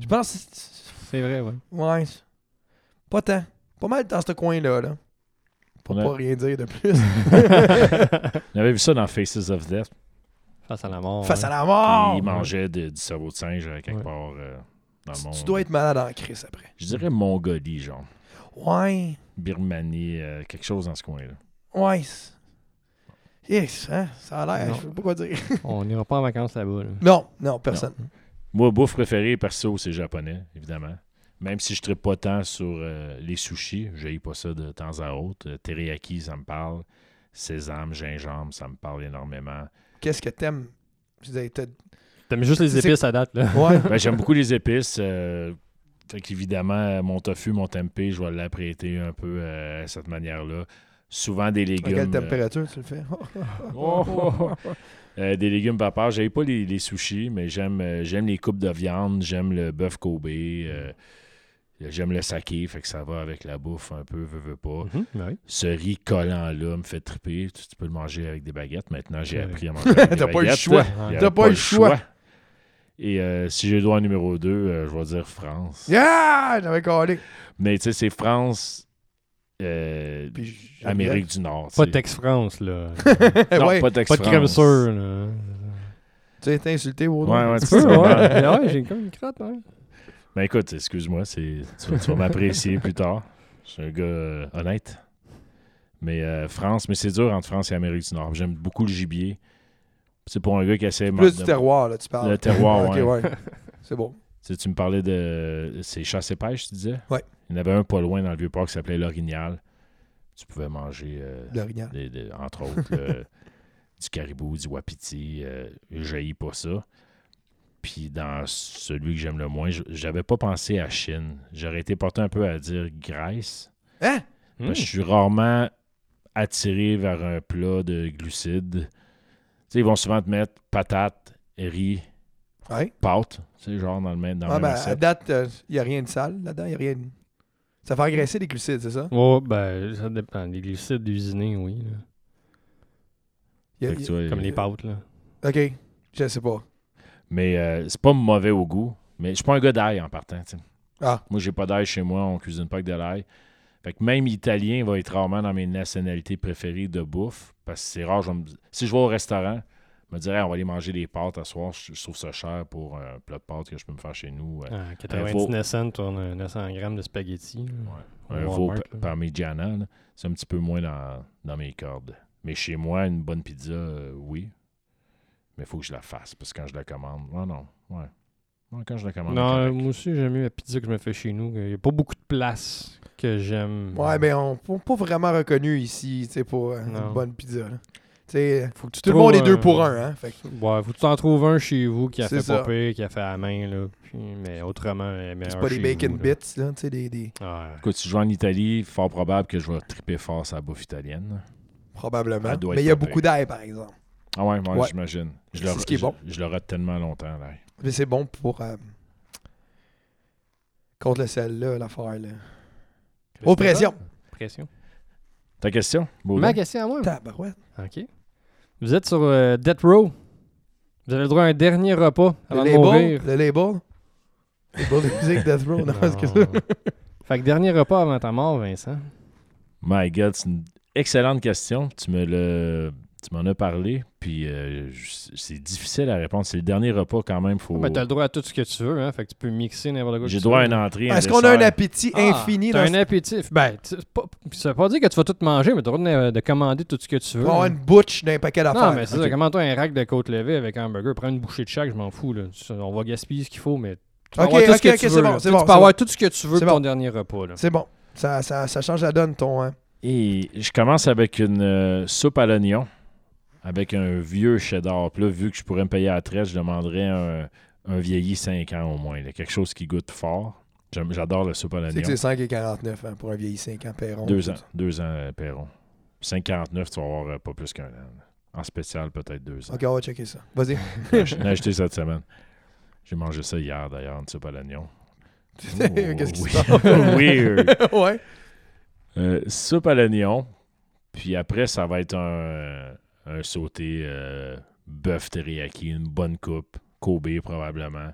Je pense que c'est-
C'est vrai, ouais.
Ouais. c'est- Pas tant. Pas mal dans ce coin-là, là. Pour
On a-
pas rien dire de plus.
On avait vu ça dans Faces of Death.
Face à la mort. hein.
Face
ouais.
à la mort!
il mangeait de- du cerveau de singe euh, quelque
Ouais.
part euh, dans le
Tu-
monde.
Tu dois être malade en crise après.
Je dirais Mongolie, genre.
Ouais.
Birmanie, euh, quelque chose dans ce coin-là.
Ouais. c'est- Yes, hein? Ça a l'air,
Non.
je sais pas quoi dire.
On n'ira pas en vacances là-bas. là.
Non, non, personne.
Moi, bouffe préférée, perso, c'est japonais, évidemment. Même si je ne pas tant sur euh, les sushis, je pas ça de temps à autre. Euh, teriyaki, ça me parle. Sésame, gingembre, ça me parle énormément.
Qu'est-ce que t'aimes? Je disais, t'as-
T'aimes juste les
C'est-
épices à date, là.
Ouais.
Ben, J'aime beaucoup les épices. euh, fait qu'évidemment, euh, mon tofu, mon tempeh, je vais l'apprêter un peu euh, à cette manière-là. Souvent des
à quelle
légumes. euh,
température tu le fais?
Oh, oh, oh. euh, des légumes vapeur. J'aime pas les, les sushis, mais j'aime euh, j'aime les coupes de viande, j'aime le bœuf Kobe, euh, j'aime le saké, fait que ça va avec la bouffe un peu, veux, veux pas.
Mhm, ben oui.
Ce riz collant-là me fait triper. Tu, tu peux le manger avec des baguettes. Maintenant, j'ai
Ouais.
appris à manger avec des
T'as pas eu le
baguettes.
choix.
Il y
Ouais.
avait
T'as pas eu le choix.
Et euh, si j'ai le droit à numéro 2, je vais dire France.
Yeah! J'avais collé.
Mais tu sais, c'est France, euh,
Puis j-
Amérique du Nord. tu
Pas
sais.
Tex France, là.
Eh
Non,
ouais.
pas Tex
pas de crème
France.
sûre, là.
Tu as été insulté, Baudouin?
Ouais, ouais,
Tu
tu
peux,
peux,
ouais. ben ouais, j'ai comme une crotte, hein. ouais.
Ben écoute, excuse-moi, c'est, tu, vas- tu vas m'apprécier plus tard. Je suis un gars euh, honnête. Mais euh, France, mais c'est dur entre France et Amérique du Nord. J'aime beaucoup le gibier. C'est pour un gars qui essaie
Plus
de-
du terroir, là, tu parles.
Le terroir,
Ok,
ouais.
ouais.
Ben,
C'est bon.
Tu, sais, tu me parlais de. C'est chasse et pêche, tu disais
Ouais.
Il y en avait un pas loin dans le vieux parc qui s'appelait l'Orignal. Tu pouvais manger, euh,
L'orignal.
des- des- entre autres, euh, du caribou, du wapiti. Euh, je pas ça. Puis dans celui que j'aime le moins, j- j'avais pas pensé à Chine. J'aurais été porté un peu à dire Grèce.
Hein?
Hmm.
Parce que je suis rarement attiré vers un plat de glucides. Tu sais, ils vont souvent te mettre patates, riz,
Ouais.
pâtes. C'est genre dans le même, dans le
Ah,
même
ben, à
assiette.
date, il n'y a rien de sale là-dedans. Il a rien de... Ça fait agresser les glucides, c'est ça?
Oh, ben, ça dépend. Les glucides usinés, oui. là.
Y a-
Fait que
y-
tu vois,
Comme les pâtes, là.
Ok, je sais pas.
Mais euh, c'est pas mauvais au goût. Mais je suis pas un gars d'ail en partant. tu sais.
Ah.
Moi, j'ai pas d'ail chez moi. On cuisine pas avec de l'ail. Fait que même italien va être rarement dans mes nationalités préférées de bouffe. Parce que c'est rare. je vais me- Si je vais au restaurant, je me dirais, Hey, on va aller manger des pâtes à soir. Je je trouve ça cher pour un plat de pâtes que je peux me faire chez nous. euh,
Ah,
vaut-
99 cents tourne euh, 900 grammes de spaghettis. là.
un
Walmart,
veau
là.
pa- parmigiana, là. c'est un petit peu moins dans, dans mes cordes. Mais chez moi, une bonne pizza, euh, oui. Mais il faut que je la fasse, parce que quand je la commande... Non, non, ouais. Ouais, quand je la commande...
Non,
correct.
moi aussi, j'aime mieux la pizza que je me fais chez nous. Il n'y a pas beaucoup de place que j'aime.
Ouais, ben on on pas vraiment reconnu ici, tu sais, pour euh,
Non.
une bonne pizza. là. Tu sais,
Faut que tu
tout le monde est
trouves
euh,
deux pour un, hein. Fait que-
Ouais, faut que tu en trouves un chez vous qui a
C'est
fait
ça.
pas pire, qui a fait à la main, là. Puis- mais autrement, elle est
c'est
meilleure
pas des
chez
bacon
vous, là. Ah,
bits, là, tu sais, des, des-
Ouais.
Écoute, si je vais en Italie, fort probable que je vais triper fort sur la bouffe italienne.
probablement.
Elle doit
Mais
être
il y a
pas pire.
beaucoup d'ail, par exemple.
Ah ouais, moi,
Ouais.
j'imagine. Je
C'est
le
ce
re-
qui est
je-
bon.
Je le rate tellement longtemps, là.
Mais c'est bon pour. euh, contre le sel, là, l'affaire, là. Aux pressions.
Pression.
Ta question, Baudin?
Ma question à moi.
Tabarouette.
OK. Vous êtes sur euh, Death Row. Vous avez le droit à un dernier repas
Le
avant de
label.
mourir.
Le label. Label de musique Death Row. Non, parce que
Non. Fait que dernier repas avant ta mort, Vincent.
My God, c'est une excellente question. Tu me le, tu m'en as parlé, puis euh, je- c'est difficile à répondre. C'est le dernier repas quand même. Faut.
Ah, ben, t'as le droit à tout ce que tu veux, hein. Fait que tu peux mixer n'importe quoi. que
J'ai
tu
droit à
veux.
une entrée.
Est-ce qu'on a un
dessert.
appétit
Ah,
infini
T'as
dans
un appétit. Ben, tu- c'est pas- ça veut pas dire que tu vas tout manger, mais t'as le droit de, de commander tout ce que tu veux.
On va avoir
hein.
une bouche d'un paquet d'affaires.
Non, mais c'est ça. Commande-toi un rack de côte levée avec un burger. Prends une bouchée de chaque, je m'en fous. Là. Tu- On va gaspiller ce qu'il faut, mais tu peux
Ok,
avoir tout
ok,
ce que
ok,
tu
c'est
veux.
bon,
là.
c'est
Tu
bon,
peux
c'est
avoir tout ce que tu veux
C'est
pour ton
bon.
dernier repas. Là.
C'est bon. Ça, ça, ça change la donne, ton. hein.
Et je commence avec une euh, soupe à l'oignon, avec un vieux cheddar. Puis là, vu que je pourrais me payer à la traite, je demanderais un, un vieilli 5 ans au moins. là. Quelque chose qui goûte fort. J'aime- J'adore le soupe à
C'est que
l'oignon.
c'est 5 et 49 hein, pour un vieil 5 ans, Perron.
Deux ans. Deux ans, euh, Perron. 5,49, tu vas avoir euh, pas plus qu'un an. là. En spécial, peut-être deux ans.
Ok, on va checker ça. Vas-y.
Je l'ai acheté cette semaine. J'ai mangé ça hier, d'ailleurs, une soupe à l'oignon.
Oh,
Qu'est-ce qui
oui.
se passe?
Weird.
ouais.
Euh, soupe à l'oignon. Puis après, ça va être un, un sauté euh, bœuf teriyaki, une bonne coupe, Kobe probablement,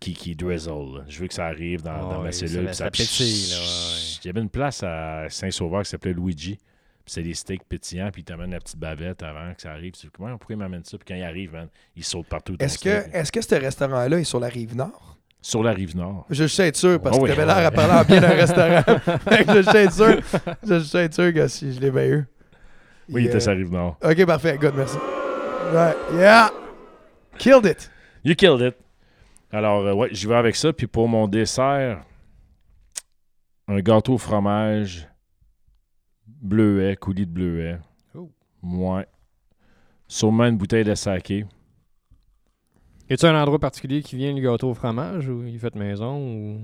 Kiki Drizzle. là. Je veux que ça arrive dans, dans
Ouais,
ma
Oh, ça
cellule.
va-
puis
ça pétille, là, ouais, ouais.
Il y avait une place à Saint-Sauveur qui s'appelait Luigi. Puis C'est des steaks pétillants, puis ils t'amènent la petite bavette avant que ça arrive. Tu dis, Comment- pourquoi ils m'amènent ça? Puis quand ils arrivent, man, ils sautent partout. ton
Est-ce
steak.
que, est que ce restaurant-là est sur la rive nord?
Sur la rive nord.
Je suis être sûr parce
Ah
que
oui.
t'avais l'air à parler en bien d'un restaurant. Fait que je suis être sûr. Je suis être sûr que si je l'ai bien eu.
Oui, il était
Euh,
sur la rive nord.
Ok, parfait. Good, merci. Ouais. Yeah! Killed it!
You killed it. Alors, euh, ouais, j'y vais avec ça. Puis pour mon dessert, un gâteau au fromage bleuet, coulis de bleuet.
Oh.
Ouais. Sûrement une bouteille de saké.
Y a-tu un endroit particulier qui vient le gâteau au fromage ou il fait maison ou.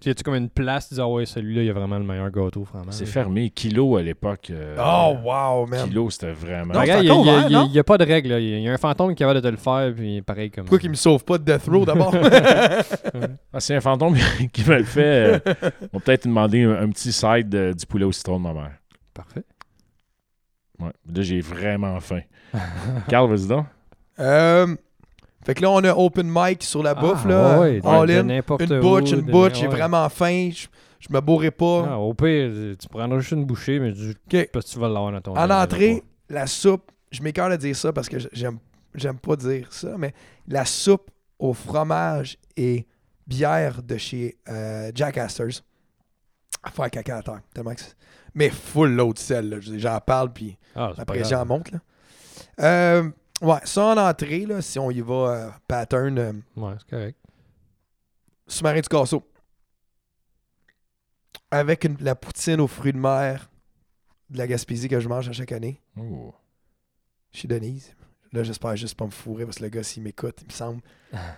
Tu sais, Y a-tu comme une place qui dit Ah ouais, celui-là, il y a vraiment le meilleur gâteau au fromage
C'est fermé. Kilo à l'époque. euh,
Oh, wow, man.
Kilo, c'était vraiment.
Non,
Regarde,
c'est
y a-
encore
y a-
ouvert,
y a-
non?
y a pas de règle. là. Y a- y a un fantôme qui est capable de te le faire, puis pareil comme. euh,
Pourquoi qu'il me sauve pas de Death Row d'abord?
Ah, c'est un fantôme qui me le fait. euh, on va peut-être demander un, un petit side de- du poulet au citron de ma mère.
Parfait.
Ouais. Là, j'ai vraiment faim. Carl, vas-y donc.
Euh, fait que là, on a open mic sur
Ah,
la bouffe, là. all in. Une bouche, une bouche, j'ai vraiment faim, je, je me bourrai pas.
Ah, au pire, tu prendras juste une bouchée, mais tu-
Ok.
parce que tu vas l'avoir dans ton
En
dernier
entrée,
repas.
la soupe, je m'écarte de dire ça parce que j- j'aime j'aime pas dire ça, mais la soupe au fromage et bière de chez euh, Jack Astor's. À faire caca à terre, tellement que c'est- Mais full load de sel, là. Je veux dire, J'en parle, puis
Ah, c'est
la
pas
pression
grave.
monte, là. Euh, ouais, ça en entrée, là, si on y va euh, pattern euh,
Ouais, c'est correct.
sous-marin du casseau. Avec une- la poutine aux fruits de mer de la Gaspésie que je mange à chaque année
Oh.
chez Denise. Là, j'espère juste pas me fourrer parce que le gars, s'il m'écoute, il me semble.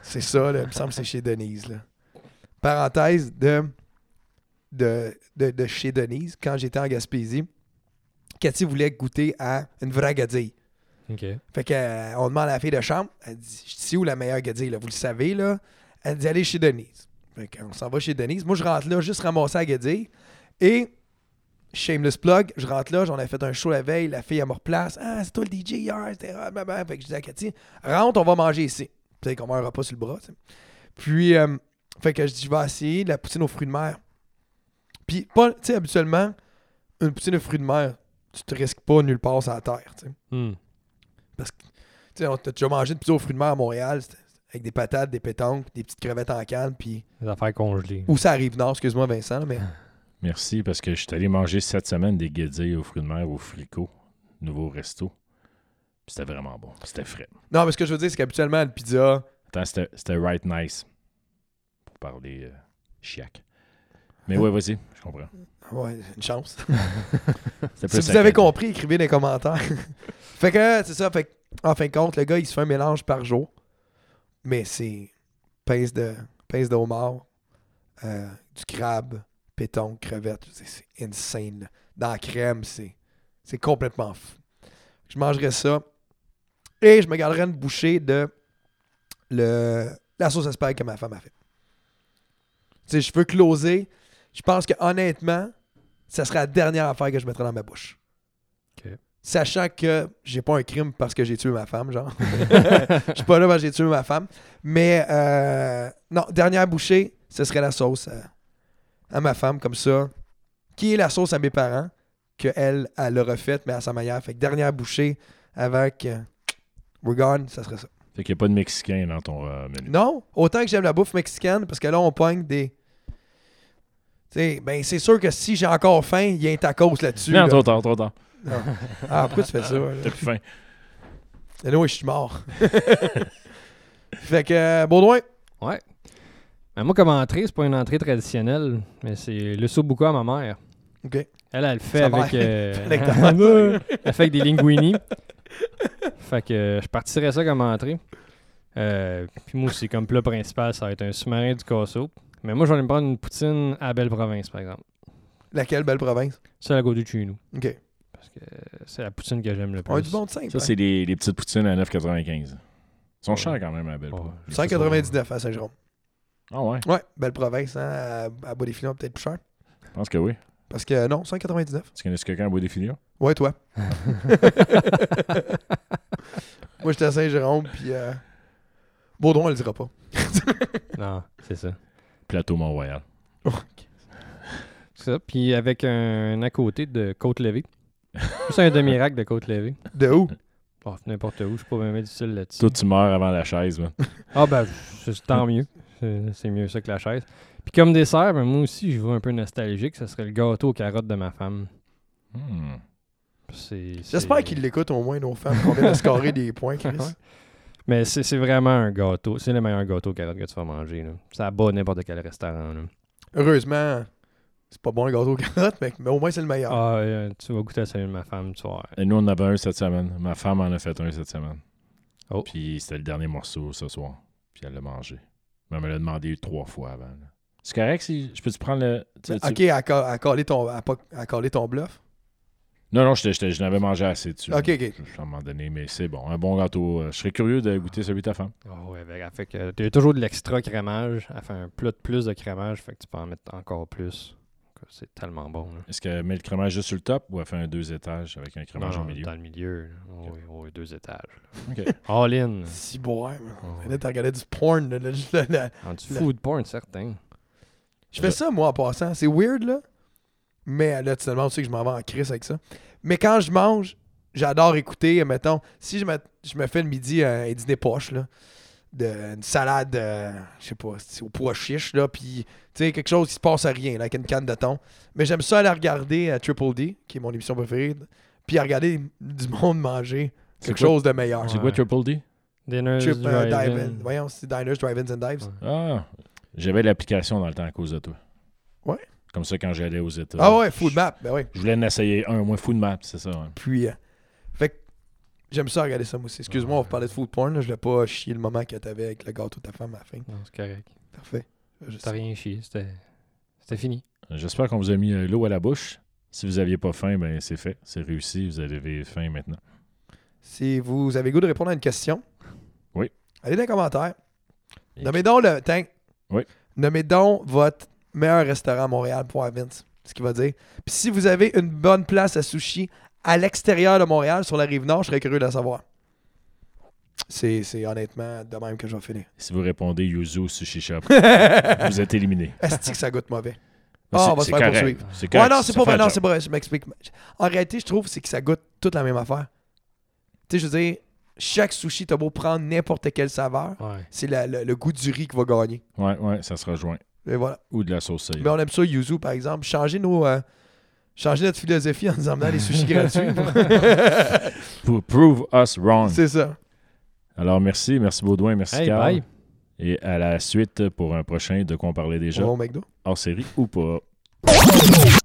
C'est ça, là. Il me semble que c'est chez Denise, là. Parenthèse de, de, de, de chez Denise, quand j'étais en Gaspésie, Cathy voulait goûter à une vraie gadille.
Ok.
Fait que, euh, on demande à la fille de chambre, elle dit C'est où la meilleure gadille, là Vous le savez, là Elle dit Allez chez Denise. Fait qu'on s'en va chez Denise. Moi, je rentre là, juste ramasser la gadille. Et, shameless plug, je rentre là, j'en ai fait un show la veille, la fille, elle me replace. Ah, c'est toi le DJ hier, etc. Blablabla. Fait que je dis à Cathy Rentre, on va manger ici. Peut-être qu'on met un repas sur le bras, tu sais. Puis, euh, fait que je dis Je vais essayer de la poutine aux fruits de mer. Puis, pas, tu sais, habituellement, une poutine de fruits de mer, tu te risques pas nulle part sur la terre. Tu sais.
Hmm.
Tu sais, on- t'as déjà mangé une poutine aux fruits de mer à Montréal c'était- avec des patates, des pétanques, des petites crevettes en canne, puis.
Les affaires congelées.
Ou ça arrive nord, excuse-moi Vincent, mais.
Merci, parce que je suis allé manger cette semaine des guédilles aux fruits de mer au Fricot, nouveau resto. Puis C'était vraiment bon. C'était frais.
Non, mais ce que je veux dire, c'est qu'habituellement, le pizza.
Attends, c'était c'était right nice. Pour parler euh, chiac. Mais ouais, vas-y, je comprends.
Ouais, une chance.
C'était
Si
plus
vous avez
sacré.
compris, écrivez dans les commentaires. fait que, c'est ça. Fait que, en fin de compte, le gars, il se fait un mélange par jour. Mais c'est pince de, pince de homard, euh, du crabe, péton, crevette. Je veux dire, C'est insane. là. Dans la crème, c'est, c'est complètement fou. Je mangerai ça. Et je me garderai une bouchée de le, la sauce à spag que ma femme a fait. Tu sais, je veux closer. Je pense que honnêtement, ça serait la dernière affaire que je mettrais dans ma bouche.
Ok.
Sachant que j'ai pas un crime parce que j'ai tué ma femme, genre. Je suis pas là parce que j'ai tué ma femme. Mais euh, non, dernière bouchée, ce serait la sauce à, à ma femme, comme ça. Qui est la sauce à mes parents, que elle, elle l'a refaite, mais à sa manière. Fait que dernière bouchée avec euh, We're gone, ça serait ça.
Fait qu'il n'y a pas de Mexicain dans ton euh, menu.
Non, autant que j'aime la bouffe mexicaine, parce que là, on pogne des. Tu sais, ben c'est sûr que si j'ai encore faim, il y a un tacos là-dessus.
Non,
là.
trop tard, trop tard.
Ah, pourquoi tu fais ça? là?
T'as plus faim.
Et oui, je suis mort. fait que, euh, Baudouin,
Mais moi, comme entrée, c'est pas une entrée traditionnelle, mais c'est le soubuka à ma mère.
OK.
Elle, elle le fait
Ça va.
avec, euh,
Avec ta mère.
elle fait avec des linguini. fait que euh, je partirais ça comme entrée. Euh, puis moi aussi, comme plat principal, ça va être un sous-marin du casso. Mais moi, je vais aller me prendre une poutine à Belle-Province, par exemple.
laquelle belle province?
Celle à côté de chez nous.
OK.
Parce que euh, c'est la poutine que j'aime le plus.
On a du bon de simple.
Ça,
hein?
c'est les, les petites poutines à 9,95. Ils sont
Ouais.
chers quand même à belle
Ouais.
199 à Saint-Jérôme.
Ah ouais,
Ouais, belle province, hein? À, à bois des filons, peut-être plus cher.
je pense que oui.
Parce que, euh, non, 199.
Tu connais quelqu'un à bout des filions?
Ouais, toi. Moi, j'étais à Saint-Jérôme, puis euh, Baudouin, elle le dira pas.
Non, c'est ça.
Plateau Mont-Royal.
C'est ça. Puis avec un, à côté de côte levée. Juste un demi-rack de côte levée.
De où?
Oh, n'importe où, je suis pas même difficile là-dessus.
Toi, tu meurs avant la chaise, man.
Ah ben, c'est
Mm.
tant mieux. C'est c'est mieux ça que la chaise. Puis comme dessert, ben, moi aussi, je vois un peu nostalgique. Ça serait le gâteau aux carottes de ma femme.
Hmm.
C'est- c'est- Ah
J'espère qu'ils l'écoutent au moins, nos femmes, qu'on vient de scorer des points, Chris.
Ouais. Mais c'est c'est vraiment un gâteau. C'est le meilleur gâteau aux carottes que tu vas manger. Là. Ça bat n'importe quel restaurant. là.
Heureusement, c'est pas bon un gâteau aux carottes, mec, mais au moins, c'est le meilleur.
Ah, euh, tu vas goûter à celui de ma femme, tu vois.
Et nous, on en avait un cette semaine. Ma femme en a fait un cette semaine.
Oh.
Puis c'était le dernier morceau ce soir. Puis elle l'a mangé. Mais elle me l'a demandé trois fois avant. là. C'est correct si je peux-tu prendre le. tu- tu-
Ok, à, ca- à caler ton, à, pas- à caler ton bluff.
Non, non, j'étais- j'étais- je n'avais mangé assez dessus.
Ok, ok.
Je- je- À un moment donné, mais c'est bon. Un bon gâteau. euh, Je serais curieux de goûter celui de ta femme.
Ah ouais, ben, elle fait que tu as toujours de l'extra crémage. Elle fait un plat de plus de crémage, fait que tu peux en mettre encore plus. C'est tellement bon. Là.
Est-ce qu'elle met le crémage juste sur le top ou elle fait un deux étages avec un crémage
Non,
au
non,
milieu?
Dans le milieu. là. Oui, oui, deux étages. là.
Ok.
All in.
Si boire, man.
Ah ouais.
Là, t'as regardé du porn. là, là, là, là.
Ah, du
Le-
food porn, certain.
Je fais ça, moi, en passant. C'est weird, là. Mais là, tu te demandes, tu sais que je m'en vais en crise avec ça. Mais quand je mange, j'adore écouter, mettons, si je me, je me fais le midi un, un dîner poche, là, de, une salade, euh, je sais pas, c'est au pois chiche, là, puis, tu sais, quelque chose qui se passe à rien, là, avec une canne de thon. Mais j'aime ça aller regarder à Triple D, qui est mon émission préférée, puis à regarder du monde manger
C'est
quelque
quoi-
chose de meilleur.
C'est
Ouais.
quoi Triple D?
Dinner,
Trip, euh, Dive-In. Voyons, c'est Diners, Drive-Ins and Dives.
Ouais.
Ah, j'avais l'application dans le temps à cause de toi.
Ouais.
Comme ça, quand j'allais aux États.
Ah ouais, Food
je-
Map, ben oui.
Je voulais en essayer un, au moins Food Map, c'est ça. ouais.
Puis, euh, fait que j'aime ça regarder ça, moi aussi. Excuse-moi, on va parler de food porn. là. Je vais pas chier le moment que t'avais avec le gâteau de ta femme à la fin.
Non, c'est correct.
Parfait. Je sais.
T'as rien chié. C'était c'était fini.
J'espère qu'on vous a mis euh, l'eau à la bouche. Si vous aviez pas faim, ben c'est fait. C'est réussi. Vous avez faim maintenant.
Si vous avez le goût de répondre à une question,
Oui.
allez dans les commentaires.
Et-
Nommez donc le. Tiens.
Oui.
Nommez donc votre meilleur restaurant à Montréal pour Vince. Ce qu'il va dire. Puis si vous avez une bonne place à sushi à l'extérieur de Montréal, sur la rive nord, je serais curieux de la savoir. C'est c'est honnêtement de même que je vais finir.
Si vous répondez Yuzu Sushi Shop,
Est-ce
vous êtes éliminé.
que ça goûte mauvais?
Mais
Ah,
c'est-
on va se
c'est
faire
correct.
poursuivre.
C'est
Ouais,
correct,
non,
ça
c'est
fait
pas vrai.
la
Non,
job.
c'est vrai. Je m'explique. En réalité, je trouve c'est que ça goûte toute la même affaire. Tu sais, je veux dire, chaque sushi, t'as beau prendre n'importe quelle saveur,
Ouais.
c'est la- le, le goût du riz qui va gagner.
Ouais, ouais, ça se rejoint.
Et voilà.
Ou de la sauce soya.
Mais on aime ça, Yuzu, par exemple. Changer nos. euh, changer notre philosophie en nous emmenant les sushis gratuits.
Pro- Prove us wrong.
c'est ça.
Alors, merci. Merci Baudouin. Merci
Hey,
Carl.
bye.
Et à la suite pour un prochain de quoi on parlait déjà,
On va au McDo.
hors série ou pas.